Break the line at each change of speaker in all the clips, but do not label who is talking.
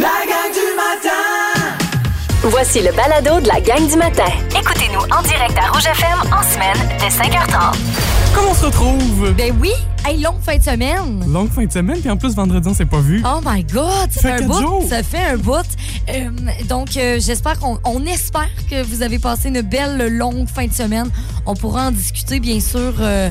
La gang du matin!
Voici le balado de la gang du matin.
Écoutez-nous en direct à Rouge FM en semaine de 5h30.
Comment on se retrouve?
Ben oui! Hey, longue fin de semaine!
Longue fin de semaine, puis en plus, vendredi, on s'est pas vu.
Oh my God!
fait
Ça fait un
quatre
bout!
jours.
Ça fait un bout! Euh, donc, euh, j'espère qu'on on espère que vous avez passé une belle longue fin de semaine. On pourra en discuter, bien sûr, euh,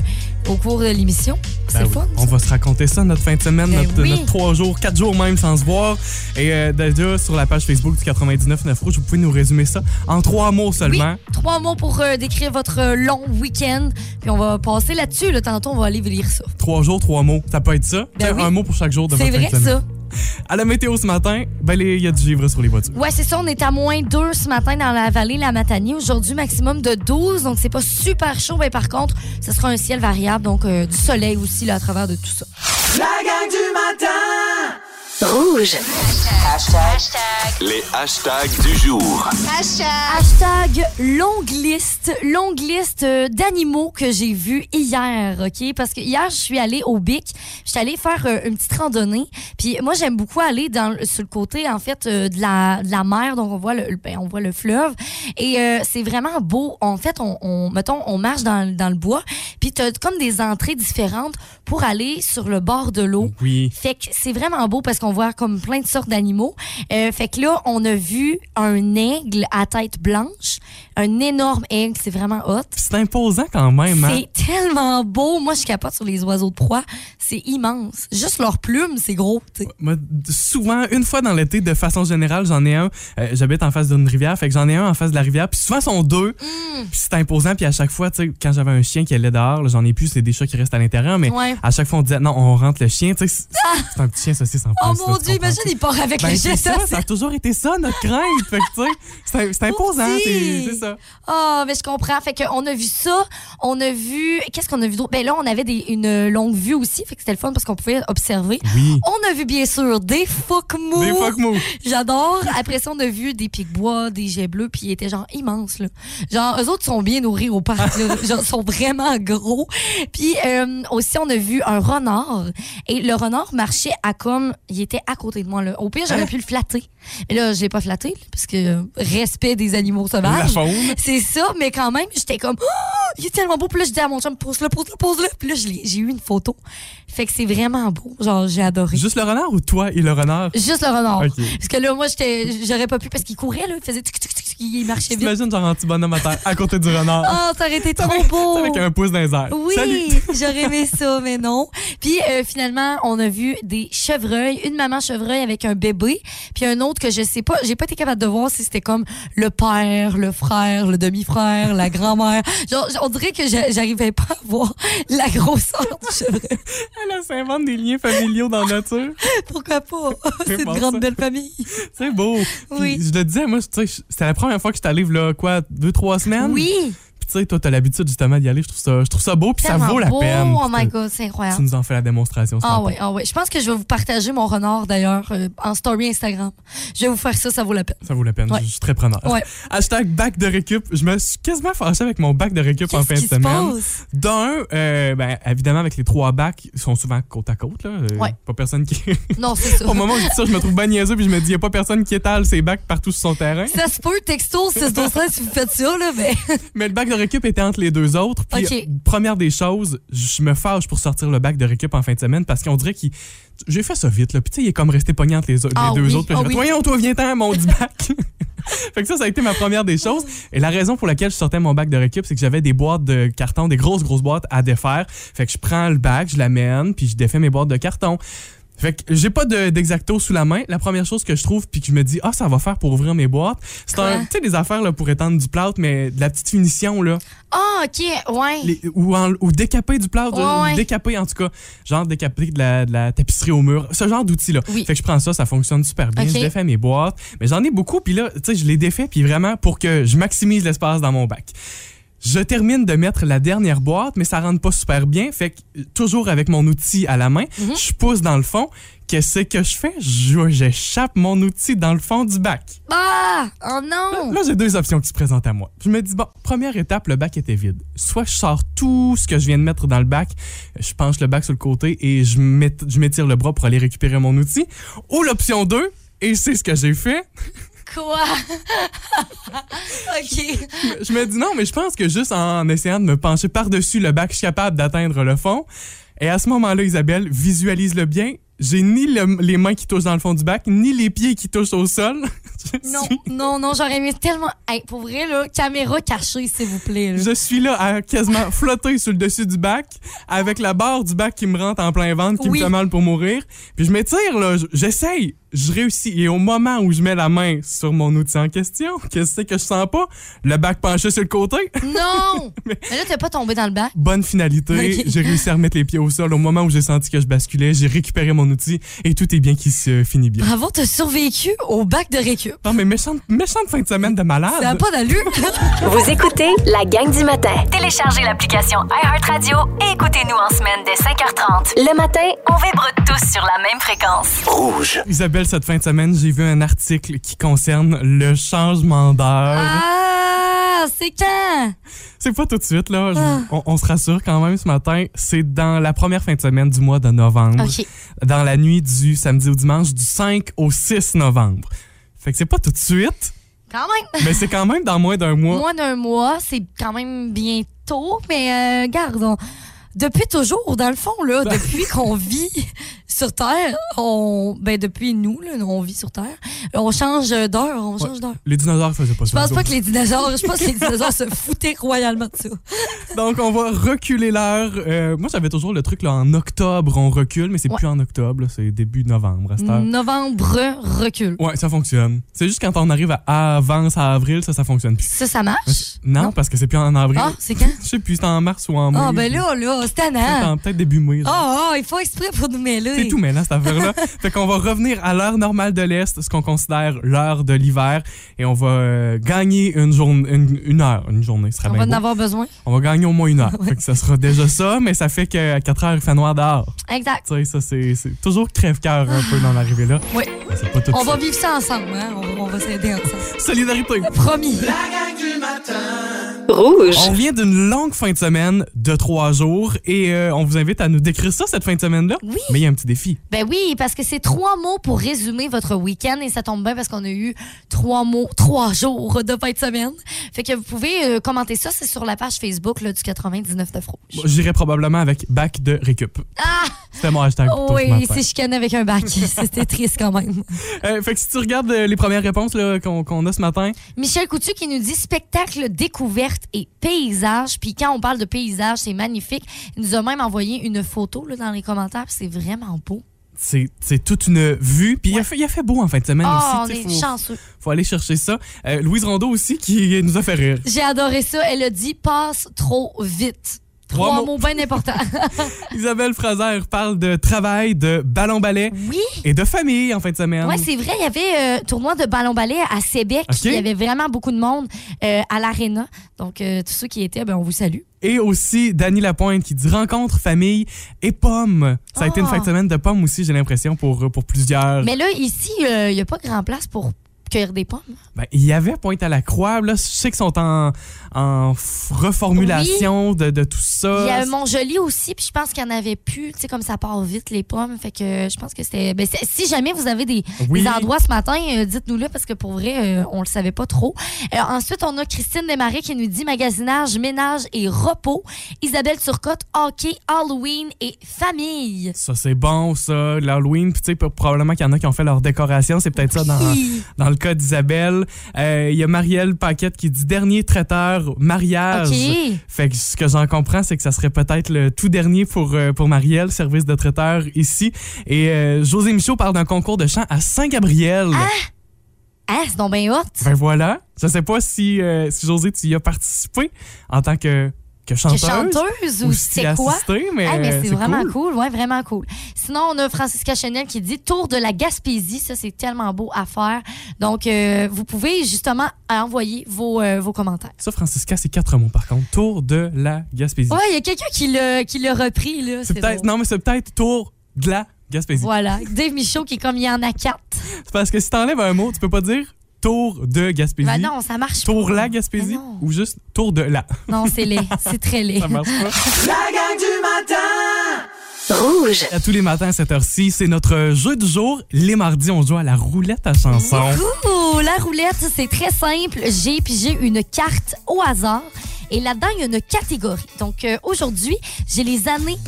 au cours de l'émission. C'est
Ben oui.
fun.
On va se raconter ça, notre fin de semaine,
Ben
notre,
oui.
notre trois jours, quatre jours même sans se voir. Et euh, déjà, sur la page Facebook du 99.9 Rouge, vous pouvez nous résumer ça en trois mots
Oui,
seulement.
trois mots pour euh, décrire votre euh, long week-end. Puis on va passer là-dessus. Là, tantôt, on va aller lire ça.
Trois jours, trois mots. Ça peut être ça.
Ben
Tiens,
oui.
Un mot pour chaque jour de
C'est
votre
vrai,
fin de semaine.
ça.
À la météo ce matin, ben, les- il y a du givre sur les voitures.
Ouais, c'est ça. On est à moins 2 ce matin dans la vallée la Matanie. Aujourd'hui, maximum de 12, donc c'est pas super chaud. Mais par contre, ce sera un ciel variable, donc euh, du soleil aussi là, à travers de tout ça.
La gang du matin!
Rouge.
Les hashtags du jour.
Hashtag longue liste, longue liste euh, d'animaux que j'ai vus hier, OK? Parce que hier, je suis allée au Bic, je suis allée faire euh, une petite randonnée. Puis moi, j'aime beaucoup aller dans, le- sur le côté, en fait, euh, de, la, de la mer. Donc, on voit le, le- ben, on voit le fleuve. Et euh, c'est vraiment beau. En fait, on, on- mettons, on marche dans, dans le bois. Puis t'as comme des entrées différentes pour aller sur le bord de l'eau.
Oui.
Fait que c'est vraiment beau parce qu'on voit comme plein de sortes d'animaux. Euh, fait que là, on a vu un aigle à tête blanche, un énorme aigle, c'est vraiment hot.
Puis C'est imposant quand même. hein?
C'est tellement beau. Moi, je capote sur les oiseaux de proie. C'est immense. Juste leurs plumes, c'est gros. tu sais.
Moi, d- souvent, une fois dans l'été, de façon générale, j'en ai un. euh, J'habite en face d'une rivière, fait que j'en ai un en face de la rivière. Puis souvent, ils sont deux.
Mm.
Puis c'est imposant. Puis à chaque fois, tu sais, quand j'avais un chien qui allait dehors, là, j'en ai plus, c'est des chats qui restent à l'intérieur. Mais
Ouais. Ah!
à chaque fois, on disait non, on rentre le chien. Tu sais, c'est- c'est un petit chien saucisse en
Oh
plus. là,
mon
Ah, tu
Dieu,
comprends
imagine,
pas.
il part avec
Ben,
les
c'est
gestes.
ça, ça a toujours été ça, notre crainte. fait que, tu sais, c'est im- c'est imposant. C'est
Petit.
c'est ça.
Ah, mais je comprends. Fait qu'on a vu ça. On a vu. Qu'est-ce qu'on a vu d'autre? Ben là, on avait des- une longue vue aussi. Fait que c'était le fun parce qu'on pouvait observer.
Oui.
On a vu, bien sûr, des phoques mous.
Des fuck mous.
J'adore. Après ça, on a vu des pics bois, des jets bleus, puis ils étaient genre immenses. Là. Genre, eux autres sont bien nourris au parc. là. Genre, ils sont vraiment gros. Puis euh, aussi, on a vu un renard. Et le renard marchait à comme... Il était à côté de moi. Là. Au pire, j'aurais pu le flatter. Mais là, je l'ai pas flatté, là, parce que euh, respect des animaux
La
sauvages.
faune.
C'est ça, mais quand même, j'étais comme, Oh, il est tellement beau. Puis là, je dis à mon chum, pose-le, pose-le, pose-le. Puis là, je l'ai- j'ai eu une photo. Fait que c'est vraiment beau. Genre, j'ai adoré.
Juste le renard ou toi et le renard?
Juste le renard.
Ok.
Parce que là, moi, j'étais, j'aurais pas pu parce qu'il courait, là. Il faisait tic, tic, tic, tic, il marchait vite.
T'imagines genre un petit bonhomme à terre à côté du renard.
Oh, ça aurait été trop beau.
Avec un pouce dans les airs. Salut.
Oh. Oui, j'aurais aimé ça, mais non. Puis euh, finalement, on a vu des chevreuils, une maman chevreuil avec un bébé, puis un autre que je sais pas, j'ai pas été capable de voir si c'était comme le père, le frère, le demi-frère, la grand-mère. Genre, on dirait que j'a- j'arrivais pas à voir la grosseur du chevreuil.
Elle s'invente des liens familiaux dans la nature.
Pourquoi pas? C'est une
bon, ça.
grande belle famille.
C'est beau. Puis
Oui.
Je te disais, moi, je- tu sais, c'était la première fois que je t'arrive là, quoi, deux, trois semaines.
Oui,
Puis tu sais, toi, t'as l'habitude justement d'y aller. Je trouve ça, je trouve ça beau, puis ça
tellement
vaut la
beau.
peine.
Oh
Puis
my
tu-
God, c'est
Tu
incroyable.
nous en fais la démonstration. ce
Ah
matin.
oui, ah oui. Je pense que je vais vous partager mon renard d'ailleurs euh, en story Instagram. Je vais vous faire ça, ça vaut la peine.
Ça vaut la peine.
Ouais.
Je je suis très preneur.
Ouais.
Hashtag bac de récup. Je me suis quasiment fâché avec mon bac de récup en
Qu'est-ce
fin de
qui se
semaine.
passe?
D'un, euh, ben, évidemment, avec les trois bacs, ils sont souvent côte à côte. Là. Euh,
Ouais.
Pas personne qui.
Non, c'est ça.
Au moment où je dis ça, je me trouve bien niaiseux, puis je me dis, il a pas personne qui étale ses bacs partout sur son terrain.
Ça se peut, texto, c'est dans ça si vous faites ça, là, mais.
Mais le bac de récup était entre les deux autres. Puis,
Ok.
euh, première des choses, je me fâche pour sortir le bac de récup en fin de semaine parce qu'on dirait qu'il. J'ai fait ça vite, là. Puis, tu sais, il est comme resté pogné entre les, o- les
Ah
deux
oui,
autres. Puis,
ah
j'ai fait,
oui.
voyons, toi, viens-t'en, mon petit bac. fait que ça, ça a été ma première des choses. Et la raison pour laquelle je sortais mon bac de récup, c'est que j'avais des boîtes de carton, des grosses, grosses boîtes à défaire. Fait que je prends le bac, je l'amène, puis je défais mes boîtes de carton. Fait que j'ai pas de- d'exacto sous la main. La première chose que je trouve puis que je me dis ah ça va faire pour ouvrir mes boîtes, c'est un
Quoi?
tu sais des affaires là pour étendre du plâtre mais de la petite finition là
Ah, OK, ouais.
les- ou, en- ou décaper du plâtre,
Ouais,
ou
ouais.
décaper en tout cas, genre décaper de la, de la tapisserie au mur, ce genre d'outil-là.
Oui.
Fait que je prends ça, ça fonctionne super bien,
Ok.
je défais mes boîtes, mais j'en ai beaucoup, puis là, tu sais, je les défais, puis vraiment pour que je maximise l'espace dans mon bac. Je termine de mettre la dernière boîte, mais ça rentre pas super bien. Fait que euh, toujours avec mon outil à la main,
Mhm.
je pousse dans le fond. Qu'est-ce que je fais? Je- J'échappe mon outil dans le fond du bac.
Ah! Oh non!
Là, j'ai deux options qui se présentent à moi. Je me dis, bon, première étape, le bac était vide. Soit je sors tout ce que je viens de mettre dans le bac, je penche le bac sur le côté et je m'ét- je m'étire le bras pour aller récupérer mon outil. Ou l'option 2, Et c'est ce que j'ai fait.
Quoi? OK.
Je me dis non, mais je pense que juste en essayant de me pencher par-dessus le bac, je suis capable d'atteindre le fond. Et à ce moment-là, Isabelle, visualise-le bien. J'ai ni le- les mains qui touchent dans le fond du bac, ni les pieds qui touchent au sol. Je
Non,
suis-
non, non, j'aurais aimé tellement. Hey, pour vrai, là, caméra cachée, s'il vous plaît. là.
Je suis là à quasiment flotter sur le dessus du bac avec la barre du bac qui me rentre en plein ventre, qui
Oui.
me fait mal pour mourir. Puis je m'étire, là, j- j'essaye, je réussis. Et au moment où je mets la main sur mon outil en question, qu'est-ce que c'est que je sens pas? Le bac penché sur le côté.
Non! Mais là, t'es pas tombé dans le bac.
Bonne finalité.
Ok.
J'ai réussi à remettre les pieds au sol au moment où j'ai senti que je basculais. J'ai récupéré mon outil et tout est bien qui se finit bien.
Bravo, t'as survécu au bac de récup.
Non, mais méchante, méchante fin de semaine de malade.
Ça n'a pas d'allure.
Vous écoutez la gang du matin.
Téléchargez l'application iHeartRadio et écoutez-nous en semaine dès 5h30.
Le matin,
On vibre tous sur la même fréquence.
Rouge.
Isabelle, cette fin de semaine, j'ai vu un article qui concerne le changement d'heure.
ah, c'est quand?
C'est pas tout de suite, là. Je-
Ah.
on, on se rassure quand même ce matin. C'est dans la première fin de semaine du mois de novembre.
OK.
Dans la nuit du samedi au dimanche, du 5 au 6 novembre. Fait que c'est pas tout de suite,
Quand même.
mais c'est quand même dans moins d'un mois.
Moins d'un mois, c'est quand même bientôt, mais euh, garde, on- depuis toujours, dans le fond, là,
Ben.
depuis qu'on vit sur Terre, on, ben depuis nous, là, on vit sur Terre, on change d'heure, on change d'heure.
Les dinosaures faisaient pas
Je
ça.
pense
eux
pas
autres.
que les dinosaures, je pense que les dinosaures se foutaient royalement de ça.
Donc, on va reculer l'heure. Euh, moi, j'avais toujours le truc, là, en octobre, on recule, mais c'est
Ouais. Mm.
plus en octobre, là, c'est début novembre à cette heure.
Novembre recul.
Ouais, ça fonctionne. C'est juste quand on arrive à avance à avril, ça, ça fonctionne plus.
Ça, ça marche?
Non, parce que c'est plus en avril.
Ah, c'est quand?
Je sais plus, c'est en mars ou en mai.
Ah, ben là, là, c'est
Peut-être
tannant.
en- Peut-être début mai. genre.
Ah, ah, il faut exprès pour nous mêler.
C'est tout mêlant, cette affaire-là. fait qu'on va revenir à l'heure normale de l'Est, ce qu'on considère l'heure de l'hiver, et on va euh, gagner une, journée, une, une heure, une journée, ce sera
On
bien
va en
beau.
avoir besoin.
On va gagner au moins une heure. Fait que ça sera déjà ça, mais ça fait qu'à 4 heures, il fait noir dehors.
Exact.
Tu sais, ça, c'est c'est toujours crève-cœur un peu dans l'arrivée là.
Oui.
C'est pas tout
On
ça.
va vivre ça ensemble, hein? On va, on va s'aider ensemble.
Solidarité.
Promis.
La gang du matin.
rouge.
On vient d'une longue fin de semaine de trois jours et euh, on vous invite à nous décrire ça cette fin de semaine-là.
Oui.
Mais il y a un petit défi.
Ben oui, parce que c'est trois mots pour résumer votre week-end et ça tombe bien parce qu'on a eu trois mots, trois jours de fin de semaine. Fait que vous pouvez euh, commenter ça, c'est sur la page Facebook là, du 99 de Rouge.
Bon, J'irai probablement avec bac de récup.
Ah!
C'était mon hashtag. pour tout ce
Oui,
matin.
c'est chicané avec un bac. C'était triste quand même.
Euh, fait que si tu regardes euh, les premières réponses là, qu'on qu'on a ce matin,
Michel Coutu qui nous dit spectacle, découverte et paysage. Puis quand on parle de paysage, c'est magnifique. Il nous a même envoyé une photo là, dans les commentaires. puis C'est vraiment beau.
c'est c'est toute une vue. Puis il, a fait, il a fait beau en fin de semaine
Oh, on
aussi. tu sais,
est
faut,
chanceux.
faut aller chercher ça. Euh, Louise Rondeau aussi qui nous a fait rire.
J'ai adoré ça. Elle a dit passe trop vite.
Trois
Trois,
mots.
mots bien importants.
Isabelle Fraser parle de travail, de ballon-ballet
oui.
et de famille en fin de semaine.
Ouais, c'est vrai. Il y avait euh, tournoi de ballon-ballet à Sébec.
Um. Ok.
Il y avait vraiment beaucoup de monde euh, à l'aréna. Donc, euh, tous ceux qui étaient, ben, on vous salue.
Et aussi Dany Lapointe qui dit rencontre, famille et pommes. Ça a été une
Ah.
fin de semaine de pommes aussi, j'ai l'impression, pour, pour plusieurs.
Mais là, ici, euh, il n'y a pas grand place pour cueillir des pommes.
Ben, il y avait Pointe à la Croix. Là, je sais qu'ils sont en, en f- reformulation de, de tout ça.
Il y a Montjoli aussi, puis je pense qu'il n'y en avait plus. Tu sais, comme ça part vite, les pommes. Fait que je pense que c'était. ben, c'est- si jamais vous avez des,
Oui.
des endroits ce matin, euh, dites-nous-le, parce que pour vrai, euh, on le savait pas trop. Euh, ensuite, on a Christine Desmarais qui nous dit magasinage, ménage et repos. Isabelle Turcotte, hockey, Halloween et famille.
Ça, c'est bon, ça, l'Halloween. Puis, tu sais, p- probablement qu'il y en a qui ont fait leur décoration. C'est peut-être ça dans,
Hi.
dans le cas d'Isabelle. Euh, Il y a Marielle Paquette qui dit dernier traiteur, mariage.
OK.
Fait que ce que j'en comprends, c'est que ça serait peut-être le tout dernier pour, euh, pour Marielle, service de traiteur ici. Et euh, José Michaud parle d'un concours de chant à Saint-Gabriel.
Ah! Hein, c'est donc bien hot.
Ben voilà. Je sais pas si, euh, si José, tu y as participé en tant que, que
Que
chanteuse.
chanteuse ou
si tu
c'est quoi?
assisté, mais,
Ah, mais
euh,
c'est vraiment
cool.
cool. ouais, vraiment cool. Sinon, on a Francisca Chenel qui dit Tour de la Gaspésie, ça c'est tellement beau à faire. Donc, euh, vous pouvez justement envoyer vos, euh, vos commentaires.
Ça, Francisca, c'est quatre mots par contre. Tour de la Gaspésie.
Ouais, il y a quelqu'un qui l'a qui l'a repris là.
c'est
c'est
peut-être,
drôle.
non, mais c'est peut-être tour de la Gaspésie.
Voilà, Dave Michaud qui est comme il y en a quatre.
C'est parce que si t'enlèves un mot, tu peux pas dire tour de Gaspésie.
Ben non, ça marche.
Tour
pas.
la Gaspésie
Ben non.
ou juste tour de la.
Non, c'est laid, c'est très laid.
Ça marche pas.
La gang du matin.
Rouge.
À tous les matins à cette heure-ci, c'est notre jeu du jour. Les mardis, on joue à la roulette à chansons.
Mmh. Ouh, la roulette, c'est très simple. J'ai pigé une carte au hasard et là-dedans, il y a une catégorie. Donc euh, aujourd'hui, j'ai les années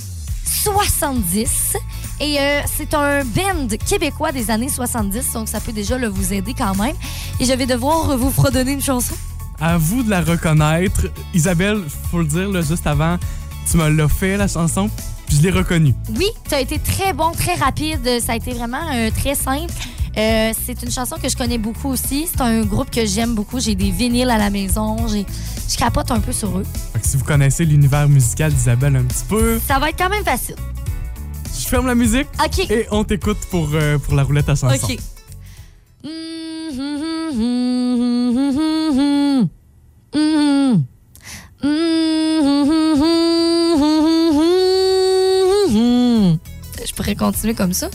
70 et euh, c'est un band québécois des années 70, donc ça peut déjà le vous aider quand même. Et je vais devoir vous fredonner une chanson.
À vous de la reconnaître. Isabelle, faut le dire, là, juste avant, tu me l'as fait, la chanson, puis je l'ai reconnue.
Oui, tu as été très bon, très rapide. Ça a été vraiment euh, très simple. Euh, c'est une chanson que je connais beaucoup aussi. C'est un groupe que j'aime beaucoup. J'ai des vinyles à la maison. J'ai- Je capote un peu sur eux.
Fait que si vous connaissez l'univers musical d'Isabelle un petit peu,
Ça va être quand même facile.
je ferme la musique
OK.
et on t'écoute pour, euh, pour la roulette à chansons.
OK. Je pourrais continuer comme ça,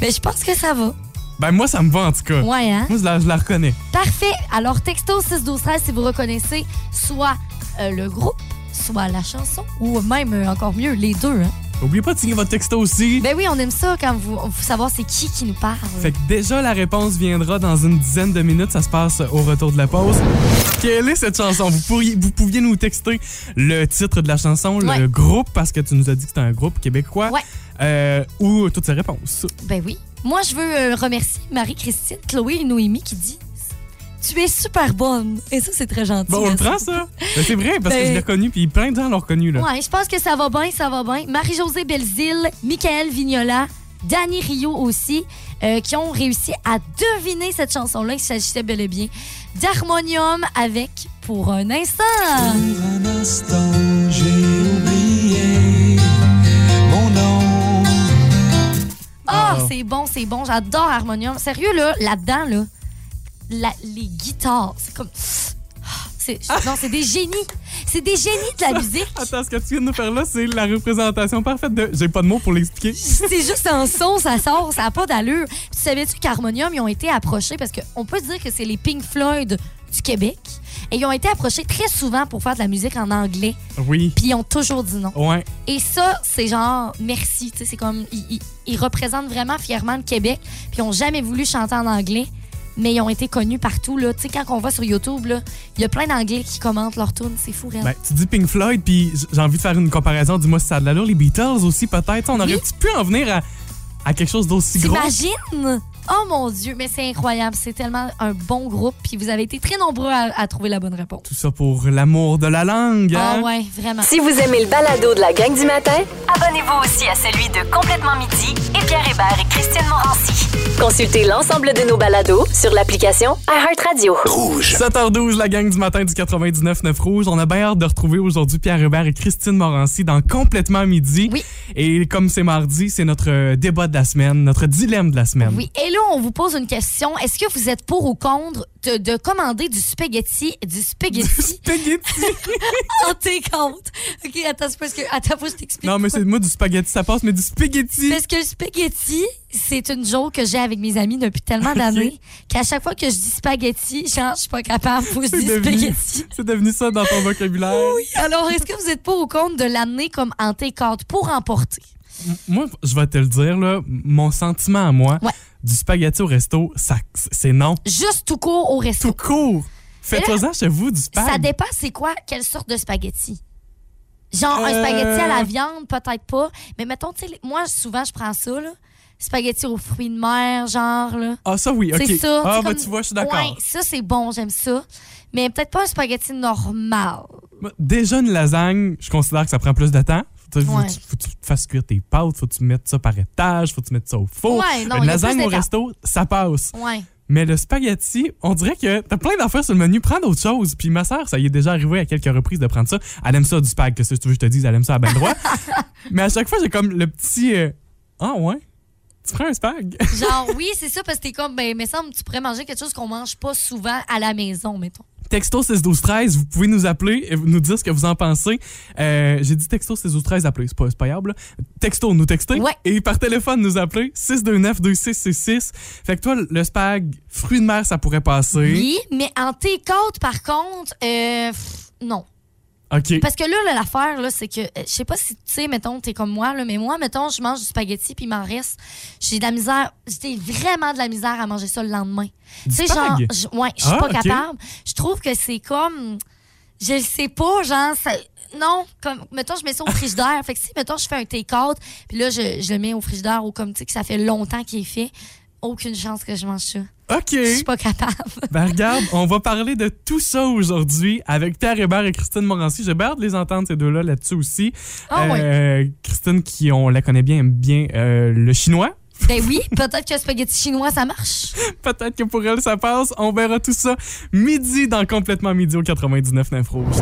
mais je pense que ça va.
Ben moi, ça me va en tout cas.
Ouais, hein?
Moi, je la, je la reconnais.
Parfait. Alors, texto 612-13 si vous reconnaissez soit euh, le groupe, soit la chanson, ou même euh, encore mieux, les deux. Hein?
Oubliez pas de signer votre texto aussi.
Ben oui, on aime ça quand vous, vous savoir c'est qui qui nous parle.
Fait que déjà, la réponse viendra dans une dizaine de minutes. Ça se passe au retour de la pause. Quelle est cette chanson? Vous, pourriez, vous pouviez nous texter le titre de la chanson, le
Ouais.
groupe, parce que tu nous as dit que c'était un groupe québécois.
Ouais.
Euh, ou toutes ces réponses.
Ben oui. Moi, je veux euh, remercier Marie-Christine, Chloé et Noémie qui disent Tu es super bonne. Et ça, c'est très gentil.
Bon, on le
merci.
prend, ça? Ben, c'est vrai, parce que
Ben-
je l'ai reconnu, puis plein de gens l'ont reconnu, là.
Ouais, je pense que ça va bien, ça va bien. Marie-Josée Belzile, Michael Vignola, Danny Rio aussi, euh, qui ont réussi à deviner cette chanson-là. Il s'agissait bel et bien d'Harmonium avec Pour un instant.
Un instant, j'ai oublié mon nom.
Ah,
Oh.
c'est bon, c'est bon. J'adore Harmonium. Sérieux, là, là-dedans, là, la- les guitares, c'est comme. Ah, c'est- Non, c'est des génies. C'est des génies de la musique.
Attends, ce que tu viens de nous faire là, c'est la représentation parfaite de. J'ai pas de mots pour l'expliquer.
C'est juste un son, ça sort, ça n'a pas d'allure. Puis Tu savais-tu qu'Harmonium, ils ont été approchés parce qu'on peut dire que c'est les Pink Floyd du Québec. Et ils ont été approchés très souvent pour faire de la musique en anglais.
Oui.
Puis ils ont toujours dit non.
Ouais.
Et ça, c'est genre merci. tu sais, C'est comme. Ils, ils- ils représentent vraiment fièrement le Québec. Puis ils n'ont jamais voulu chanter en anglais. Mais ils ont été connus partout. Là. Tu sais, Quand on va sur YouTube, là, il y a plein d'anglais qui commentent leur tune. C'est fou, réellement.
Ben, tu dis Pink Floyd, puis j- j'ai envie de faire une comparaison. Dis-moi si ça a de l'allure. Les Beatles aussi, peut-être. On aurait pu en venir à, à quelque chose d'aussi Ben, gros.
T'imagines? Oh mon Dieu, mais c'est incroyable. C'est tellement un bon groupe. Puis vous avez été très nombreux à, à trouver la bonne réponse.
Tout ça pour l'amour de la langue.
Ah
hein?
ouais, vraiment.
Si vous aimez le balado de la gang du matin,
Abonnez-vous aussi à celui de Complètement Midi et Pierre Hébert et Christine Morancy.
consultez l'ensemble de nos balados sur l'application iHeartRadio.
7h12, la gang du matin du 99-9 Rouge. On a bien hâte de retrouver aujourd'hui Pierre Hubert et Christine Morancy dans Complètement Midi.
Oui.
Et comme c'est mardi, c'est notre euh, débat de la semaine, notre dilemme de la semaine.
Oui, et là, on vous pose une question. Est-ce que vous êtes pour ou contre de, de commander du spaghetti, du spaghetti
Spaghetti.
en take-out? OK, attends, c'est parce que, attends, faut que je t'explique.
non, mais
pourquoi.
c'est moi du spaghetti, ça passe, mais du spaghetti.
Parce que le spaghetti, c'est une joke que j'ai avec mes amis depuis tellement d'années qu'à chaque fois que je dis spaghetti, genre, je suis pas capable, faut que je
C'est
dise
devenu,
spaghetti.
c'est devenu ça dans ton vocabulaire.
Alors, est-ce que vous êtes pas au compte de l'amener comme en take-out pour emporter?
Moi, je vais te le dire, là, mon sentiment à moi,
Ouais.
du spaghetti au resto, ça, c'est non.
Juste tout court au
Tout
resto.
court. Faites-en chez vous du spag.
Ça dépend, c'est quoi? Quelle sorte de spaghetti? Genre un
Euh.
spaghetti à la viande, peut-être pas. Mais mettons, tu sais, les- moi, souvent, je prends ça, là. Spaghetti aux fruits de mer, genre, là.
Ah, ça oui, ok.
C'est ça.
ah,
c'est
bah,
comme-
tu vois, je suis d'accord.
Ouais, ça, c'est bon, j'aime ça. Mais peut-être pas un spaghetti normal.
Moi, Déjà, une lasagne, je considère que ça prend plus de temps. Faut faut-
Ouais.
faut que tu fasses cuire tes pâtes, faut que tu mettes ça par étage, faut que tu mettes ça au four. une
Ouais, non, il y a plus
lasagne au
d'étapes.
resto, ça passe.
Ouais.
Mais le spaghetti, on dirait que t'as plein d'affaires sur le menu, prends d'autres choses. Puis ma sœur, ça y est déjà arrivé à quelques reprises de prendre ça. Elle aime ça du spag, qu'est-ce que tu veux que je te dise, elle aime ça à ben droit. Mais à chaque fois, j'ai comme le petit... euh, Ah ouais? Tu prends un spag?
Genre, oui, c'est ça, parce que t'es comme, ben, mais semble, que tu pourrais manger quelque chose qu'on mange pas souvent à la maison, mettons.
Texto 61213, vous pouvez nous appeler et nous dire ce que vous en pensez. Euh, J'ai dit texto 61213, appelez, c'est pas, c'est pas grave, là. Texto, nous texter.
Ouais.
Et par téléphone, nous appeler 629-2666. Fait que toi, le spag, fruits de mer, ça pourrait passer.
Oui, mais en t par contre, euh, pff, non.
OK.
Parce que là, là, l'affaire, là, c'est que, euh, je sais pas si, tu sais, mettons, t'es comme moi, là, mais moi, mettons, je mange du spaghetti puis il m'en reste. J'ai de la misère, j'ai vraiment de la misère à manger ça le lendemain. Tu sais,
spag?
genre, je- ouais, je suis
Ah,
pas
ok.
capable. Je trouve que c'est comme, je le sais pas, genre, ça- non, comme, mettons, je mets ça au frigidaire. fait que si, mettons, je fais un take-out puis là, je, je le mets au frigidaire ou comme, tu sais, que ça fait longtemps qu'il est fait, aucune chance que je mange ça.
OK.
Je suis pas capable.
Ben regarde, on va parler de tout ça aujourd'hui avec Pierre Hébert et Christine Morancy. J'ai bien hâte de les entendre, ces deux-là, là-dessus aussi.
Ah oui.
Euh, Christine, qui, on la connaît bien, aime bien euh, le chinois.
ben oui, peut-être que spaghetti chinois, ça marche.
Peut-être que pour elle, ça passe. On verra tout ça midi dans Complètement Midi au 99 9 Rouge.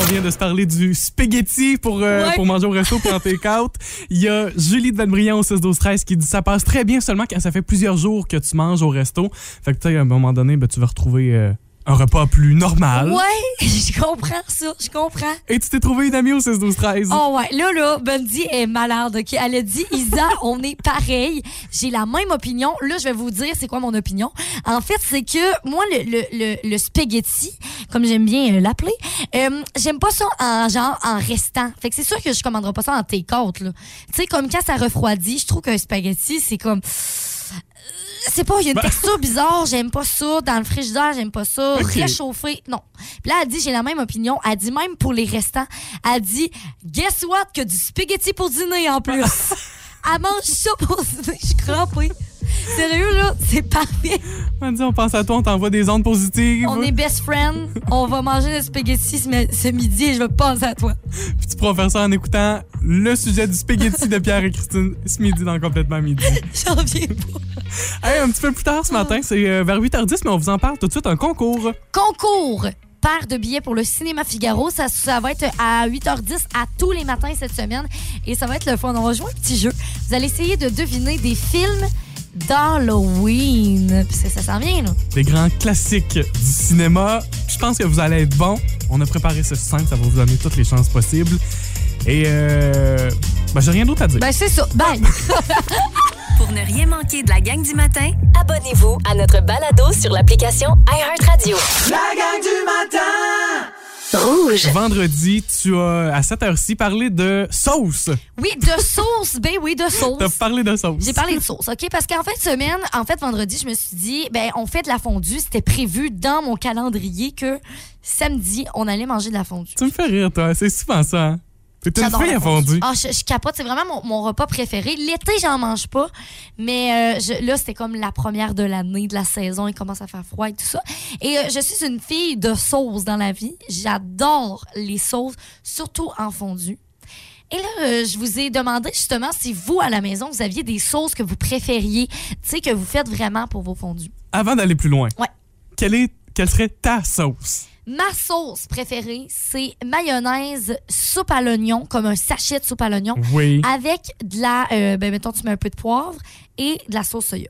On vient de se parler du spaghetti pour, euh,
Ouais.
pour manger au resto pour un take-out. Il y a Julie de Valbriand au 16 12 13 qui dit ça passe très bien seulement quand ça fait plusieurs jours que tu manges au resto. Fait que tu sais, à un moment donné, ben, tu vas retrouver euh, un repas plus normal.
Ouais, je comprends ça, je comprends.
Et tu t'es trouvé une amie au 16 12 13.
Oh ouais, là, là, Bundy est malade, OK? Elle a dit, Isa, on est pareil. J'ai la même opinion. Là, je vais vous dire c'est quoi mon opinion. En fait, c'est que moi, le, le, le, le spaghetti, comme j'aime bien euh, l'appeler, euh, j'aime pas ça en genre en restant. Fait que c'est sûr que je commanderai pas ça en take-out, là. Tu sais, comme quand ça refroidit, je trouve qu'un spaghetti, c'est comme... C'est pas, il y a une texture bizarre, j'aime pas ça. Dans le frigidaire, j'aime pas ça.
Ok.
Réchauffé, non. Puis là, elle dit, j'ai la même opinion. Elle dit même pour les restants, elle dit, guess what, que du spaghetti pour dîner en plus. elle mange ça pour dîner, je suis crampée. Sérieux, là, c'est parfait.
On dit, on pense à toi, on t'envoie des ondes positives.
On est best friends. On va manger des spaghettis ce mi- ce midi et je vais penser à toi.
Puis tu pourras faire ça en écoutant le sujet du spaghetti de Pierre et Christine ce midi dans Complètement Midi.
J'en reviens pas.
Hey, un petit peu plus tard ce
Ah.
matin, c'est euh, vers 8h10, mais on vous en parle tout de suite, un concours.
Concours! Paire de billets pour le cinéma Figaro. Ça, ça va être à 8h10 à tous les matins cette semaine. Et ça va être le fun. On va jouer un petit jeu. Vous allez essayer de deviner des films d'Halloween. Parce que ça s'en vient, là.
Des grands classiques du cinéma. Je pense que vous allez être bons. On a préparé ce simple, ça va vous donner toutes les chances possibles. Et euh, ben, j'ai rien d'autre à dire.
Ben, c'est ça. Ben,
Pour ne rien manquer de la gang du matin,
Abonnez-vous à notre balado sur l'application iHeartRadio.
La gang du matin
Rouge.
Vendredi, tu as à cette heure-ci parlé de sauce.
oui, de sauce. Ben oui, de
T'as
sauce.
parlé de sauce.
J'ai parlé de sauce, OK? Parce qu'en fin de semaine, en fait, vendredi, je me suis dit, ben, on fait de la fondue. C'était prévu dans mon calendrier que samedi, on allait manger de la fondue.
Tu me fais rire, toi. C'est souvent ça. hein? T'es une
J'adore
fille
la
à
fondue.
fondue.
Ah, je, je capote, c'est vraiment mon, mon repas préféré. L'été, j'en mange pas, mais euh, je- là, c'était comme la première de l'année, de la saison, il commence à faire froid et tout ça. Et euh, je suis une fille de sauce dans la vie. J'adore les sauces, surtout en fondue. Et là, euh, je vous ai demandé justement si vous, à la maison, vous aviez des sauces que vous préfériez, tu sais, que vous faites vraiment pour vos fondues.
Avant d'aller plus loin,
Ouais.
quelle, est, quelle serait ta sauce?
Ma sauce préférée, c'est mayonnaise soupe à l'oignon, comme un sachet de soupe à l'oignon.
Oui.
avec de la, euh, ben mettons, tu mets un peu de poivre et de la sauce soya.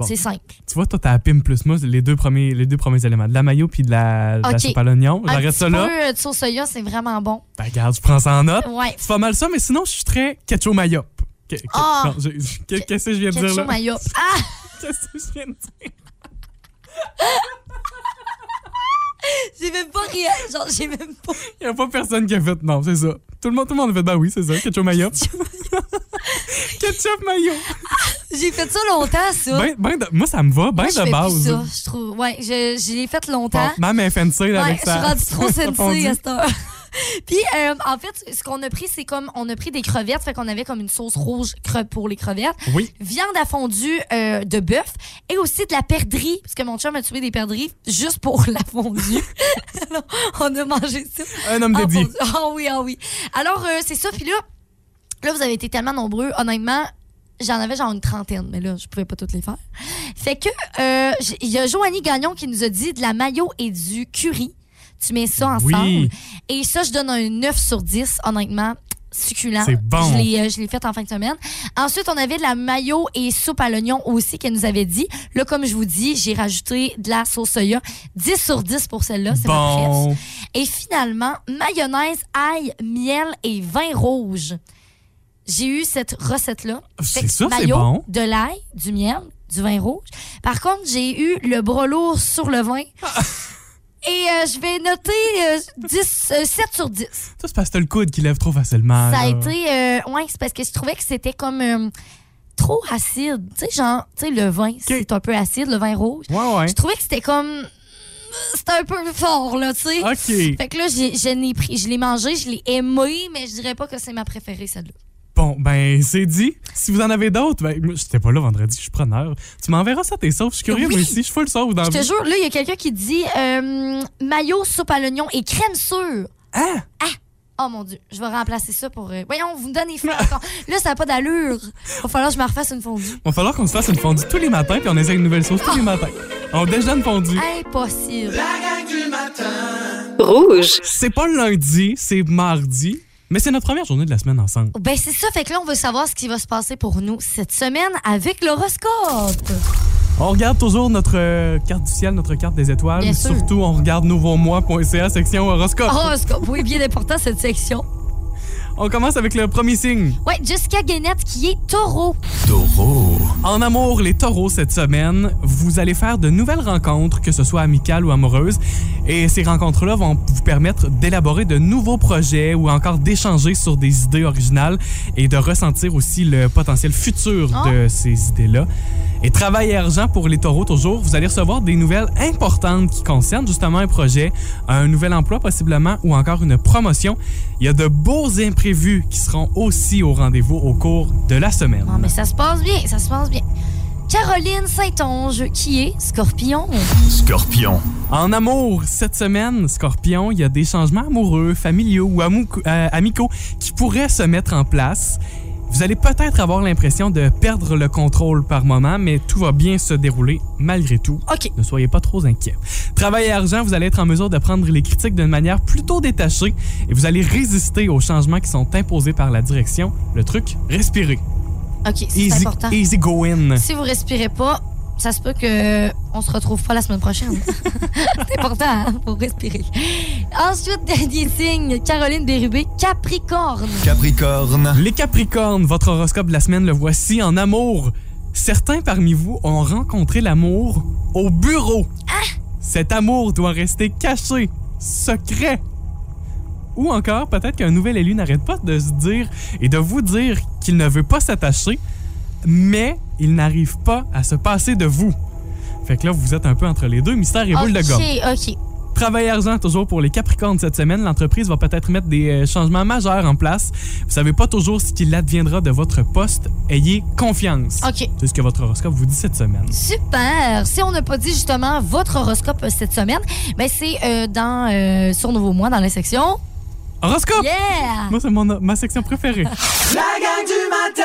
Bon.
C'est simple.
Tu vois, toi, t'as la pime plus moi, les deux premiers, les deux premiers éléments, de la mayo puis de la, de la
Ok.
soupe à l'oignon.
Un
J'arrête
petit
ça là.
peu euh, de sauce soya, c'est vraiment bon.
Ben, regarde, je prends ça en note.
Ouais.
C'est pas mal ça, mais sinon, je suis très ketchup mayo. Que- que-
Ah!
non, je- je- que- Qu'est-ce que je viens de dire
Ketchup
là?
mayo. Ah!
Qu'est-ce que je viens de dire?
J'ai même pas rien. Genre, j'ai même pas.
Il n'y a pas personne qui a fait. Non, c'est ça. Tout le monde, tout le monde a fait. Ben oui, c'est ça. Ketchup mayo. ketchup mayo.
J'ai fait ça longtemps, ça.
Ben, ben de- moi, ça me va. Ben
Moi, je fais
de
plus
base.
ça, je trouve. Ouais, je, je l'ai fait
Bon,
longtemps.
Même FNC, là,
Ouais,
avec
je suis
ça.
rendue trop sensée à cette heure. Puis, euh, en fait, ce qu'on a pris, c'est comme on a pris des crevettes, fait qu'on avait comme une sauce rouge cre- pour les crevettes.
Oui.
viande à fondue euh, de bœuf et aussi de la perdrix, parce que mon chum a tué des perdrix juste pour la fondue. Alors, on a mangé ça.
Un homme
en
dédié.
fondue. Ah oui, ah oui. Alors, euh, c'est ça. Puis là, là, vous avez été tellement nombreux. Honnêtement, j'en avais genre une trentaine, mais là, je pouvais pas toutes les faire. Fait que, euh, j- il y a Joanie Gagnon qui nous a dit de la mayo et du curry. Tu mets ça ensemble.
Oui.
Et ça, je donne un 9 sur 10, honnêtement. Succulent.
C'est bon.
Je l'ai, euh, je l'ai fait en fin de semaine. Ensuite, on avait de la mayo et soupe à l'oignon aussi qu'elle nous avait dit. Là, comme je vous dis, j'ai rajouté de la sauce soya. 10 sur 10 pour celle-là. C'est ma préf.
Bon.
Et finalement, mayonnaise, ail, miel et vin rouge. J'ai eu cette recette-là.
Ah, C'est
Fait que
ça, c'est
mayo,
bon.
De l'ail, du miel, du vin rouge. Par contre, j'ai eu le bras lourd sur le vin. Et euh, je vais noter euh, 10, euh, 7 sur 10.
Ça, c'est parce que t'as le coude qui lève trop facilement.
Ça a
là.
été. euh, ouais, c'est parce que je trouvais que c'était comme euh, trop acide. Tu sais, genre, tu sais, le vin, c'est un peu acide, le vin rouge.
Ouais, ouais.
Je trouvais que c'était comme. C'était un peu fort, là, tu sais.
OK.
Fait que là, j'ai- je l'ai pris, je l'ai mangé, je l'ai aimé, mais je dirais pas que c'est ma préférée, celle-là.
Bon, ben, c'est dit. Si vous en avez d'autres, ben, moi, j'étais pas là vendredi, je suis preneur. Tu m'enverras ça, tes sauces. Je suis curieux,
Oui.
moi aussi. Je suis full sauce dans
Je te
la vie.
jure, là, il y a quelqu'un qui dit euh, mayo, soupe à l'oignon et crème sûre.
Hein?
Oh mon Dieu, je vais remplacer ça pour. euh, Voyons, vous me donnez faim encore. Là, ça n'a pas d'allure. Va falloir que je me refasse une fondue.
Il va falloir qu'on se fasse une fondue tous les matins, puis on essaie une nouvelle sauce
Ah.
tous les matins. On déjeune une fondue.
Impossible.
La gang du matin.
Rouge.
C'est pas lundi, c'est mardi, mais c'est notre première journée de la semaine ensemble.
Ben, c'est ça. Fait que là, on veut savoir ce qui va se passer pour nous cette semaine avec l'horoscope.
On regarde toujours notre euh, carte du ciel, notre carte des étoiles.
Bien sûr.
Surtout, on regarde nouveaumois.ca, section horoscope.
Horoscope, oui, bien important cette section. Oh.
On commence avec le premier signe.
Ouais, Jessica Guénette qui est taureau.
En amour, les taureaux, cette semaine, vous allez faire de nouvelles rencontres, que ce soit amicales ou amoureuses. Et ces rencontres-là vont vous permettre d'élaborer de nouveaux projets ou encore d'échanger sur des idées originales et de ressentir aussi le potentiel futur de ces idées-là. Et travail et argent pour les taureaux toujours, vous allez recevoir des nouvelles importantes qui concernent justement un projet, un nouvel emploi possiblement ou encore une promotion. Il y a de beaux imprévus qui seront aussi au rendez-vous au cours de la semaine.
Non, mais ça se passe bien, ça se passe bien. Caroline Saint-Onge qui est scorpion.
Scorpion.
En amour, cette semaine, Scorpion, il y a des changements amoureux, familiaux ou amou- euh, amicaux qui pourraient se mettre en place. Vous allez peut-être avoir l'impression de perdre le contrôle par moment, mais tout va bien se dérouler malgré tout.
OK.
Ne soyez pas trop inquiets. Travail et argent, vous allez être en mesure de prendre les critiques d'une manière plutôt détachée et vous allez résister aux changements qui sont imposés par la direction. Le truc, respirer.
OK, ça, c'est
Easy,
important.
easy go in.
Si vous respirez pas, ça se peut que on se retrouve pas la semaine prochaine. c'est important hein, pour respirer. Ensuite, dernier signe, Caroline Bérubé, Capricorne.
Capricorne.
Les Capricornes, votre horoscope de la semaine le voici en amour. Certains parmi vous ont rencontré l'amour au bureau. Cet amour doit rester caché, secret. Ou encore, peut-être qu'un nouvel élu n'arrête pas de se dire et de vous dire qu'il ne veut pas s'attacher, mais il n'arrive pas à se passer de vous. Fait que là, vous êtes un peu entre les deux, mystère et boule de gomme.
OK, OK.
Travail argent toujours pour les Capricornes cette semaine. L'entreprise va peut-être mettre des euh, changements majeurs en place. Vous savez pas toujours ce qu'il adviendra de votre poste. Ayez confiance.
OK.
C'est ce que votre horoscope vous dit cette semaine.
Super! Si on n'a pas dit justement votre horoscope euh, cette semaine, ben c'est euh, dans euh, sur Nouveau Mois dans la section.
Horoscope!
Yeah!
Moi, c'est mon- ma section préférée.
La gang du matin.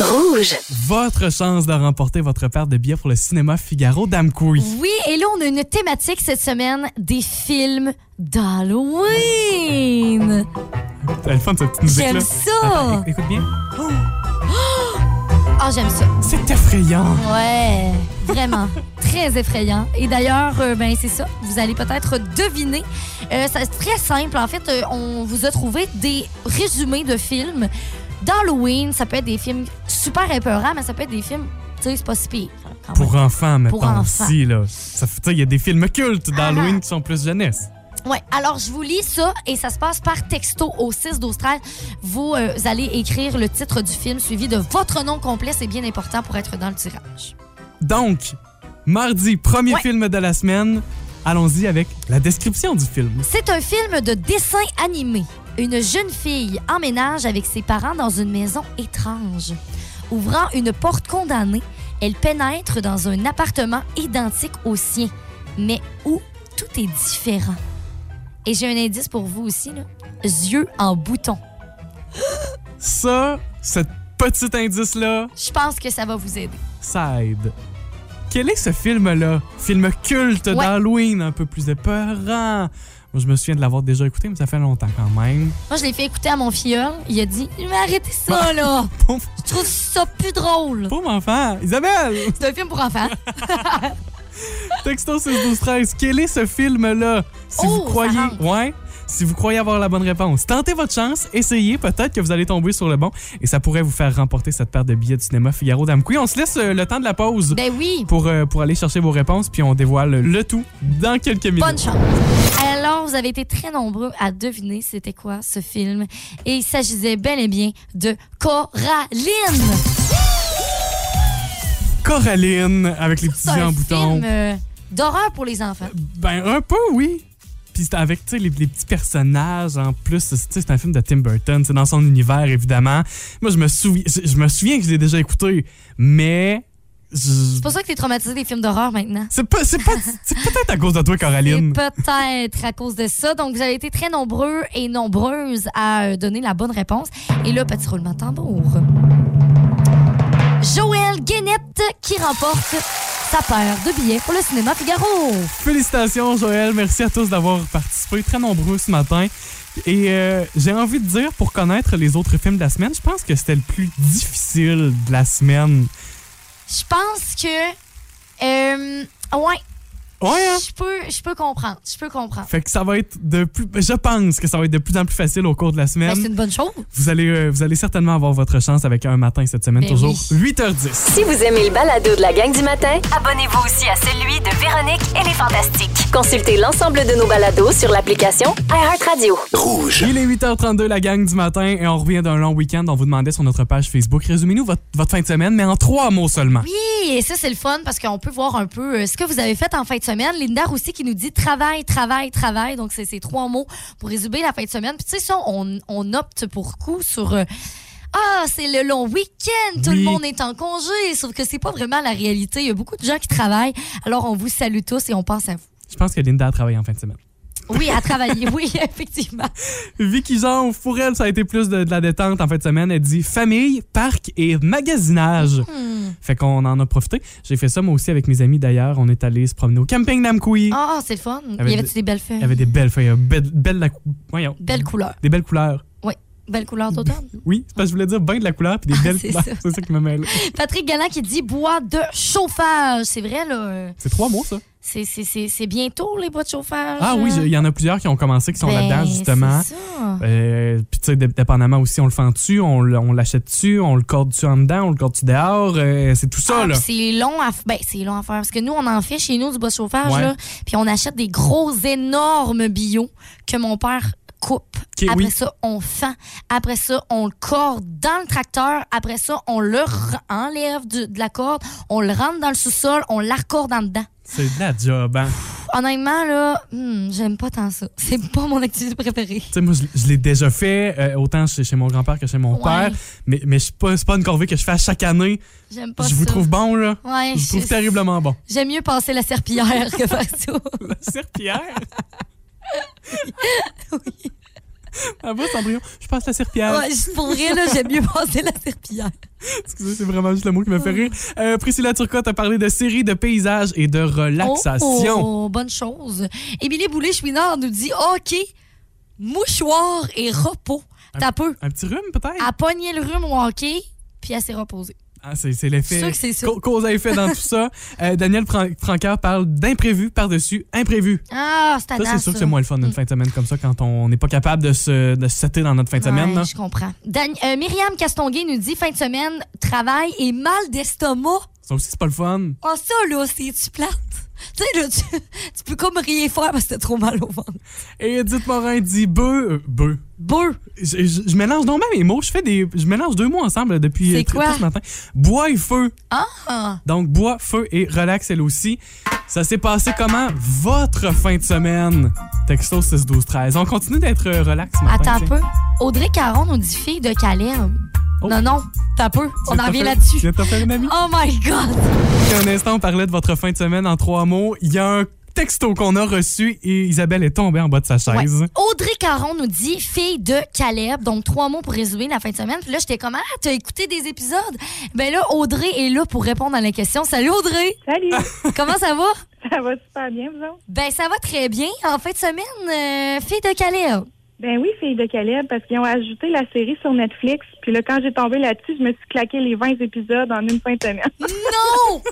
Rouge.
votre chance de remporter votre paire de billets pour le cinéma Figaro Dame Couille.
Oui, et là, on a une thématique cette semaine des films d'Halloween.
C'est le fun, cette petite musique-là.
J'aime ça!
Attends, é- écoute bien.
Ah, j'aime ça.
C'est effrayant.
Ouais, vraiment. très effrayant. Et d'ailleurs, euh, ben c'est ça, vous allez peut-être deviner. Euh, ça, c'est très simple. En fait, euh, on vous a trouvé des résumés de films d'Halloween. Ça peut être des films super épeurants, mais ça peut être des films, tu sais, c'est pas si pire. quand même.
Pour enfants, mettons,
enfants. Ah.
aussi, là. Ça fait- tu sais, Il y a des films cultes d'Halloween qui sont plus jeunesse.
Ouais, alors je vous lis ça et ça se passe par texto au 6 d'Australie. Vous euh, allez écrire le titre du film suivi de votre nom complet, c'est bien important pour être dans le tirage.
Donc, mardi, premier
Ouais.
film de la semaine. Allons-y avec la description du film.
C'est un film de dessin animé. Une jeune fille emménage avec ses parents dans une maison étrange. Ouvrant une porte condamnée, elle pénètre dans un appartement identique au sien, mais où tout est différent. Et j'ai un indice pour vous aussi, là. Yeux en bouton.
Ça, ce petit indice-là,
Je pense que ça va vous aider.
ça aide. Quel est ce film-là? Film culte
Ouais.
d'Halloween, un peu plus épeurant. Moi, je me souviens de l'avoir déjà écouté, mais ça fait longtemps quand même.
Moi, je l'ai fait écouter à mon filleul. Il a dit Mais arrêtez
Ah.
ça, là
Pauvre,
Je trouve ça plus drôle.
pauvre enfant! Isabelle!
C'est un film pour enfants.
Texto 612 13 quel est ce film-là? Si
Oh,
vous
ça
croyez...
rentre.
Ouais. si vous croyez avoir la bonne réponse. Tentez votre chance, essayez, peut-être que vous allez tomber sur le bon et ça pourrait vous faire remporter cette paire de billets du cinéma Figaro Damqui. On se laisse euh, le temps de la pause
Ben oui.
pour, euh, pour aller chercher vos réponses, puis on dévoile le tout dans quelques minutes.
Bonne chance. Alors, vous avez été très nombreux à deviner c'était quoi ce film. Et il s'agissait bel et bien de Coraline.
Coraline, avec les petits
C'est
yeux en
un
bouton.
film euh, d'horreur pour les enfants.
Ben, un peu, oui. Puis c'est avec tu sais, les, les petits personnages en plus. C'est tu sais, c'est un film de Tim Burton. C'est dans son univers, évidemment. Moi, je me, souviens, je, je me souviens que je l'ai déjà écouté, mais. je-
C'est pour ça que t'es traumatisé des films d'horreur maintenant.
C'est pas- c'est pas- c'est peut-être à cause de toi,
C'est
Coraline.
peut-être à cause de ça. Donc, vous avez été très nombreux et nombreuses à euh, donner la bonne réponse. Et là, petit roulement de tambour. Joël Guénette qui remporte sa paire de billets pour le cinéma Figaro.
Félicitations, Joël. Merci à tous d'avoir participé. Très nombreux ce matin. Et euh, j'ai envie de dire, pour connaître les autres films de la semaine, je pense que c'était le plus difficile de la semaine.
Je pense que... euh, ouais,
Ouais, hein?
je peux, je peux comprendre. Je peux comprendre.
Fait que ça va être de plus. Je pense que ça va être de plus en plus facile au cours de la
Ben,
semaine.
c'est une bonne chose.
Vous allez, euh, vous allez certainement avoir votre chance avec un matin cette semaine,
Ben
toujours
oui.
8h10.
Si vous aimez le balado de la gang du matin,
Abonnez-vous aussi à celui de Véronique et les Fantastiques.
consultez l'ensemble de nos balados sur l'application iHeartRadio.
Rouge.
Il est 8h32, la gang du matin, et on revient d'un long week-end. On vous demandait sur notre page Facebook, résumez-nous votre, votre fin de semaine, mais en trois mots seulement.
Oui, et ça, c'est le fun parce qu'on peut voir un peu euh, ce que vous avez fait en fin de semaine. Linda aussi qui nous dit travail, travail, travail. Donc, c'est ces trois mots pour résumer la fin de semaine. Puis, tu sais, ça, on, on opte pour coup sur. euh, ah, c'est le long week-end, tout
Oui.
le monde est en congé, sauf que c'est pas vraiment la réalité. Il y a beaucoup de gens qui travaillent, alors on vous salue tous et on pense à vous.
Je pense que Linda a travaillé en fin de semaine.
Oui, à travailler, oui, effectivement.
Vicky Jean, pour elle, ça a été plus de, de la détente en fin de semaine. Elle dit famille, parc et magasinage.
Mm-hmm.
Fait qu'on en a profité. J'ai fait ça moi aussi avec mes amis d'ailleurs. On est allé se promener au camping d'Amkoui.
Ah, c'est le fun. Il
Avec
y avait
des-
des belles feuilles,
Il y avait des belles feuilles, belles, belles la- voyons.
belles couleurs.
des belles couleurs.
Oui, belles couleurs d'automne.
Oui, c'est parce que je voulais dire ben de la couleur puis des belles
Ah, c'est
couleurs.
ça.
C'est ça qui me mêle.
Patrick Galland qui dit bois de chauffage. C'est vrai, là. euh,
C'est trois mots, ça.
C'est- C'est c'est- c'est bientôt les bois de chauffage.
Ah oui, je- il y en a plusieurs qui ont commencé, qui sont
Ben,
là-dedans, justement. Euh, Puis, tu sais, dé- dépendamment aussi, on le fend dessus, on, l- on l'achète dessus, on le corde dessus en dedans, on le corde dessus dehors. euh, c'est tout ça, là.
Ah, c'est long, à f- ben, c'est long à faire. Parce que nous, on en fait chez nous du bois de chauffage.
Ouais.
là. Puis on achète des gros, énormes bio que mon père coupe.
Ok,
Après
oui.
ça, on fend. Après ça, on le corde dans le tracteur. Après ça, on le re- enlève du- de la corde. On le rentre dans le sous-sol. On l'accorde en dedans.
C'est de la job, hein.
Honnêtement, là, hmm, j'aime pas tant ça. C'est pas mon activité préférée.
Tu sais, moi, je, je l'ai déjà fait, euh, autant chez, chez mon grand-père que chez mon
Ouais.
père. Mais, mais c'est pas, c'est pas une corvée que je fais à chaque année.
J'aime pas
je vous
ça.
trouve bon, là.
Ouais,
je vous trouve terriblement bon.
J'aime mieux passer la serpillière que faire ça.
La serpillère? Ah bon, Cendrillon? Je passe la serpillère.
Ouais, je- pour vrai, là, j'aime mieux passer la serpillière.
Excusez, c'est vraiment juste le mot qui m'a fait rire. Euh, Priscilla Turcotte a parlé de séries, de paysages et de relaxation.
Oh, oh, bonne chose. Émilie Boulay-Chouinard nous dit OK, mouchoir et repos. T'as peu.
Un petit rhume, peut-être?
À pogner le rhume au hockey, puis à s'est reposer.
Ah, c'est c'est l'effet.
Sûr que c'est ça.
Ca- Cause à effet dans tout ça. Euh, Daniel Fran- Francaire parle d'imprévu par-dessus imprévu.
Ah, c'est
Ça, c'est
tannant,
sûr que c'est moins le fun d'une
Mm.
fin de semaine comme ça quand on n'est pas capable de se, de se setter dans notre fin de semaine.
Ouais,
là.
je comprends. Dan- euh, Myriam Castonguay nous dit fin de semaine, travail et mal d'estomac.
Ça aussi, c'est pas le fun.
Ah, ça, là, c'est-tu plate? Tu sais, là, tu, tu peux comme rien faire parce que t'as trop mal au ventre.
Et Edith Morin dit bœuf. euh, bœuf.
Bœuf.
Je, je- je mélange donc même mes mots. Je fais des, je mélange deux mots ensemble depuis
C'est
euh, très
quoi?
tôt ce matin. Bois et feu.
Ah!
Donc, bois, feu et relax, elle aussi. Ça s'est passé comment votre fin de semaine? Texto 6 12 13 On continue d'être euh, relax ce matin.
Attends un
tiens.
peu. Audrey Caron nous dit fille de Caleb.
Oh.
Non, non, t'as un peu.
Tu
On
viens de te
en revient
faire- Tu
là-dessus.
viens de te faire une amie?
Oh my God!
Il y a un instant, on parlait de votre fin de semaine en trois mots. Il y a un texto qu'on a reçu et Isabelle est tombée en bas de sa
Ouais.
chaise.
Audrey Caron nous dit fille de Caleb. Donc, trois mots pour résumer la fin de semaine. Puis là, j'étais comme, ah, t'as écouté des épisodes? Ben là, Audrey est là pour répondre à la question. Salut Audrey!
Salut,
Comment ça va?
ça va super bien, vous autres?
Ben, ça va très bien. En fin de semaine, euh, fille de Caleb.
Ben oui, Fille de Caleb, parce qu'ils ont ajouté la série sur Netflix. Puis là, quand j'ai tombé là-dessus, je me suis claqué les 20 épisodes en une fin de semaine.
Non!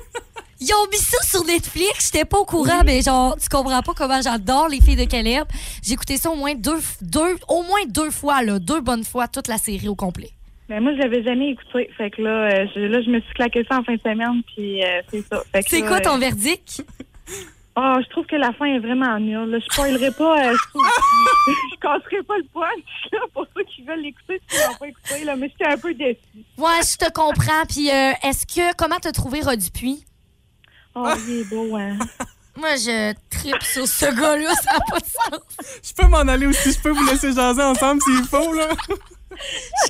Ils ont mis ça sur Netflix, j'étais pas au courant, mais genre, tu comprends pas comment j'adore les filles de Caleb. J'ai écouté ça au moins deux, f- deux, au moins deux fois, là, deux bonnes fois, toute la série au complet.
Mais moi, je l'avais jamais écouté. Fait que là, euh, je, là, je me suis claqué ça en fin de semaine, puis euh, c'est ça. Fait que
C'est
là,
quoi
euh,
ton verdict?
Ah, je trouve que la fin est vraiment nulle. là. Je spoilerai pas. euh, je, je casserai pas le punch là, pour ceux qui veulent l'écouter, qui l'ont pas écouté. Là, mais j'étais un peu déçue.
Ouais, je te comprends. Puis, euh, est-ce que, comment t'as trouvé Rodupuis?
Oh, il est beau, hein.
Moi, je tripe sur ce gars-là, ça n'a pas de sens.
Je peux m'en aller aussi, je peux vous laisser jaser ensemble s'il faut, là.
Je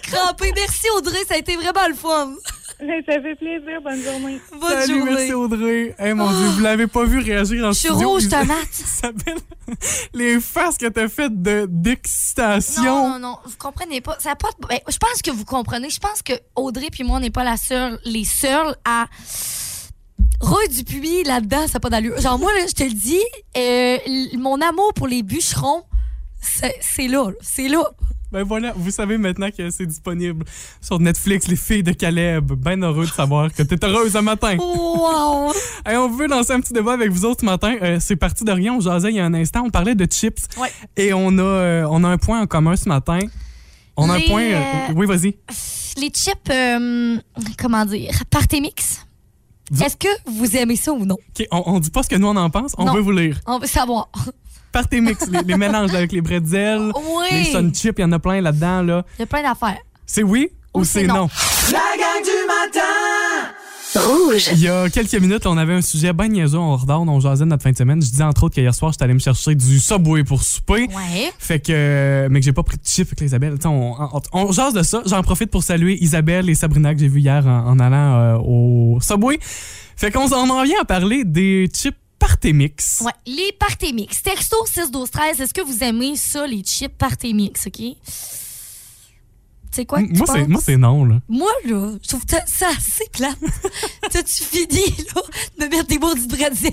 suis crampée. Merci, Audrey, ça a été vraiment le fun.
Mais ça fait plaisir. Bonne journée.
Bonne
Salut,
journée.
merci Audrey. Eh mon Dieu, vous l'avez pas vu réagir en
Je suis
studio.
rouge
Ils-
tomate.
ils s'appellent les faces que t'as faites de- d'excitation.
Non, non, non, vous comprenez pas. Ça a pas de- ben, je pense que vous comprenez. Je pense que Audrey puis moi, on n'est pas la seule, les seules à. Roy Dupuis, là-dedans, ça n'a pas d'allure. Genre, moi, là, je te le dis, euh, l- mon amour pour les bûcherons, c'est c'est là, là. c'est là.
Ben voilà, vous savez maintenant que c'est disponible sur Netflix, les filles de Caleb. Ben heureux de savoir que t'es heureuse ce matin.
Oh. Wow!
Hey, on veut lancer un petit débat avec vous autres ce matin. Euh, c'est parti de rien, on jasait il y a un instant, on parlait de chips.
Ouais.
Et on a, euh, on a un point en commun ce matin. On a
Les,
un point... euh,
euh,
oui, vas-y.
Les chips, euh, comment dire, Partémix.
Dis-
Est-ce que vous aimez ça ou non?
OK, on, on dit pas ce que nous on en pense, on
Non.
veut vous lire.
On veut savoir.
Partez mix, les, les mélanges avec les bretzels, les
Oui!
sun chips, il y en a plein là-dedans. Là.
Il y a plein d'affaires.
C'est oui ou, c'est non.
La gang du matin!
Rouge.
Il y a quelques minutes, on avait un sujet ben niaiseux, on redonne, on jasait notre fin de semaine. Je disais entre autres qu'hier soir, j'étais allé me chercher du Subway pour souper.
Ouais.
Fait que, euh, mais que j'ai pas pris de chips avec Isabelle. Tu sais, On, on, on jase de ça. J'en profite pour saluer Isabelle et Sabrina que j'ai vu hier en, en allant euh, au Subway. Fait qu'on s'en- on en vient à parler des chips Partémix.
Ouais, les partémix. Texto 6 12 13, est-ce que vous aimez ça les chips partémix, OK C'est quoi que tu
Moi, c'est-
penses?
moi, c'est non, là.
Moi là, je trouve que ça assez plate. T'as tu fini là de mettre des bourdes de bretzel.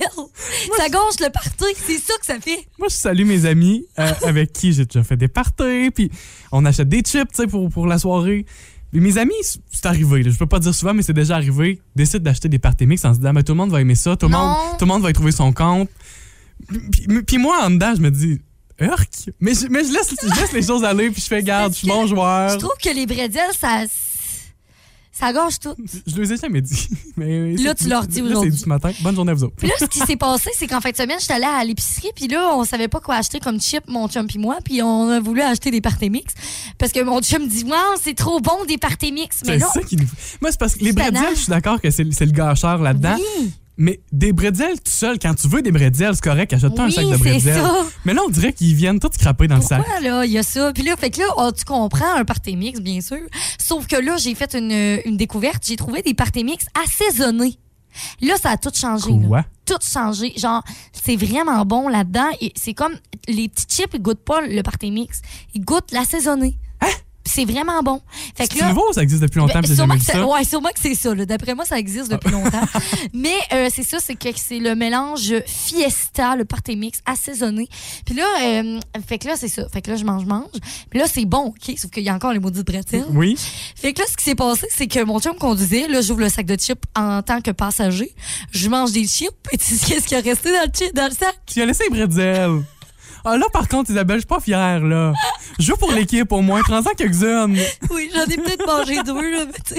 Ça gâche le parti, c'est ça que ça fait.
Moi, je salue mes amis euh, avec qui j'ai déjà fait des parties, puis on achète des chips, tu sais, pour, pour la soirée. Puis mes amis, c- c'est arrivé, là, je peux pas dire souvent, mais c'est déjà arrivé, décident d'acheter des parties mix en se disant, mais tout le monde va aimer ça, tout le,
Non.
monde, tout le monde va y trouver son compte. Puis, puis- puis moi, en dedans, je me dis, Urk! Mais je, mais je laisse, je laisse les choses aller, puis je fais garde, je suis bon
Je
joueur.
trouve que les bretzels ça ça gâche tout.
Je les ai jamais dit. Mais
Là,
c'est-
tu leur dis
là,
aujourd'hui.
C'est du matin. Bonne journée à vous autres.
Puis là, ce qui s'est passé, c'est qu'en fin de semaine, j'étais allée à l'épicerie, puis là, on savait pas quoi acheter comme chip, mon chum puis moi, puis on a voulu acheter des partés mix parce que mon chum dit wow, c'est trop bon des partés mix,
C'est
mais là,
ça qui nous. Moi, c'est parce que les
Je suis
bretzels,
tannante.
je suis d'accord que c'est c'est le gâcheur là-dedans.
oui,
Mais des bretzels tout seul, quand tu veux des bretzels, c'est correct, achète-toi un
oui,
sac de
c'est
bretzels.
ça.
Mais là, on dirait qu'ils viennent tous craper dans le sac.
Pourquoi, là, il y a ça. Puis là, fait que là, oh, tu comprends un parté mix, bien sûr. Sauf que là, j'ai fait une, une découverte. J'ai trouvé des partés mix assaisonnés. Là, ça a tout changé. là.
Quoi?
Tout changé. Genre, c'est vraiment bon là-dedans. Et c'est comme les petits chips, ils goûtent pas le parté mix. Ils goûtent l'assaisonné.
Hein?
Puis c'est vraiment bon. Fait que
C'est
là,
nouveau, ça existe depuis longtemps,
ben,
puis j'ai
sûrement
jamais
que
vu
ça-
ça.
ouais, sûrement que c'est ça. là. D'après moi, ça existe depuis longtemps. Mais euh, c'est ça, c'est que c'est le mélange fiesta, le party mix assaisonné. Puis là, euh, fait que là, c'est ça. Fait que là, je mange, mange. Puis là, c'est bon, OK? Sauf qu'il y a encore les maudites bretelles.
Oui.
Fait que là, ce qui s'est passé, c'est que mon chum conduisait. Là, j'ouvre le sac de chips en tant que passager. Je mange des chips. Et tu sais qu'est-ce qui a resté dans le, chi- dans le sac?
Tu as laissé les bretzels. Ah là, par contre, Isabelle, je suis pas fière, là. Joue pour l'équipe, au moins. Prends-en quelques-unes.
Oui, j'en ai peut-être mangé deux, là, mais tu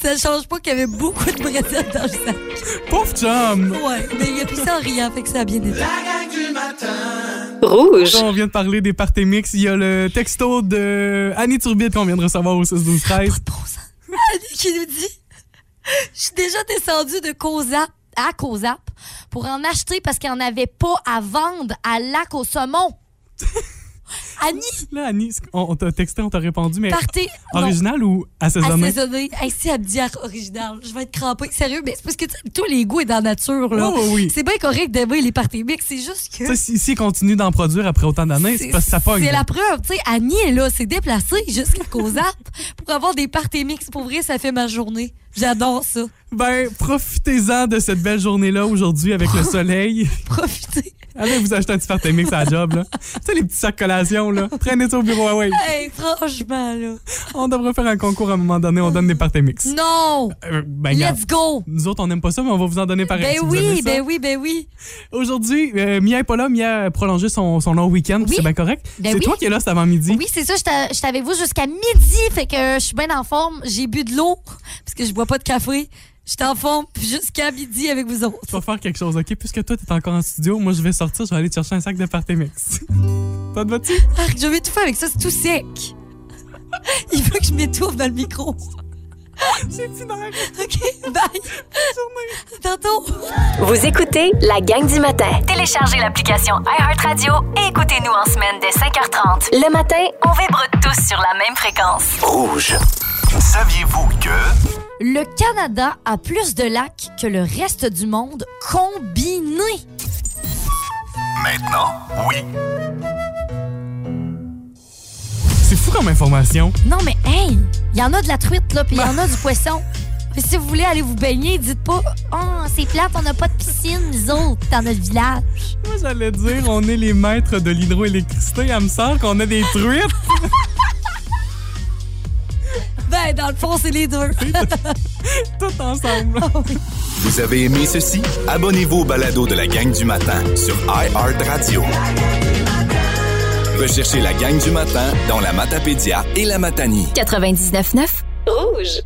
sais, ça change pas qu'il y avait beaucoup de bretelles dans le sac.
Pauvre chum!
Ouais, mais il a pris ça en riant, fait que ça a bien été.
La gang du matin!
Rouge.
On vient de parler des parties mix. Il y a le texto de Annie Turbide qu'on vient de recevoir au 6 12 13
de bon sens. Annie Ah, qui nous dit Je suis déjà descendue de Cozap à Cozap pour en acheter parce qu'il n'y en avait pas à vendre à Lac au Saumon. Annie,
Là, Annie, on, on t'a texté, on t'a répondu, mais
partez. Non,
original ou assaisonné?
Assaisonné. Hey, si elle me dit ar- original, je vais être crampée. Sérieux, mais c'est parce que tu sais, tous les goûts sont dans la nature. là.
Oui, oui, Oh, oui.
C'est bien correct d'aimer les parties mixtes, c'est juste que.
Tu sais, si- S'ils continuent d'en produire après autant d'années, c'est parce que ça pogne.
C'est la preuve, tu sais, Annie, elle, là, s'est déplacée jusqu'à Cozap pour avoir des parties mixtes. Pour vrai, ça fait ma journée. J'adore ça.
Ben, profitez-en de cette belle journée-là aujourd'hui avec le soleil.
Profitez.
Allez vous acheter un petit Partemix à la job, là. Tu sais, les petits sacs collations, là. Traînez ça au bureau, ah ouais.
Hey, franchement, là.
On devrait faire un concours à un moment donné, on donne des Partemix.
Non!
Euh, ben, gars,
Let's go!
nous autres, on n'aime pas ça, mais on va vous en donner pareil.
Ben
si vous aimez
oui,
ça.
ben oui, ben oui.
Aujourd'hui, euh, Mia est pas là. Mia a prolongé son, son long week-end, puis
Oui.
c'est bien correct.
Ben
c'est
oui.
toi qui es là cet avant-midi.
Oui, c'est ça, j'étais j'étais avec vous jusqu'à midi, fait que je suis bien en forme. J'ai bu de l'eau, parce que je bois pas de café. J'étais en forme jusqu'à midi avec vous autres.
Tu vas faire quelque chose, OK? Puisque toi, t'es encore en studio, moi, je vais sortir, je vais aller te chercher un sac de Partemix. T'as de vas-tu?
Marc, je vais tout faire avec ça, c'est tout sec. Il veut que je m'étouffe dans le micro.
J'ai dit non.
OK, bye. À Tantôt.
Vous écoutez la gang du matin.
Téléchargez l'application iHeartRadio et écoutez-nous en semaine dès 5h30.
Le matin,
On vibre tous sur la même fréquence.
Rouge. Saviez-vous que...
Le Canada a plus de lacs que le reste du monde combiné.
Maintenant, oui.
C'est fou comme information.
Non, mais hey, il y en a de la truite, là, puis il y en a du poisson. Mais si vous voulez aller vous baigner, dites pas « Oh, c'est plate, on n'a pas de piscine, nous autres, dans notre village.
Moi, j'allais dire, on est les maîtres de l'hydroélectricité. Elle me semble qu'on a des truites. »
Ben, dans le fond, c'est les deux.
toutes
Ah
ensemble.
Vous avez aimé ceci? Abonnez-vous au balado de la gang du matin sur iHeartRadio. Recherchez la gang du matin dans la Matapédia et la Matanie.
99.9 Rouge.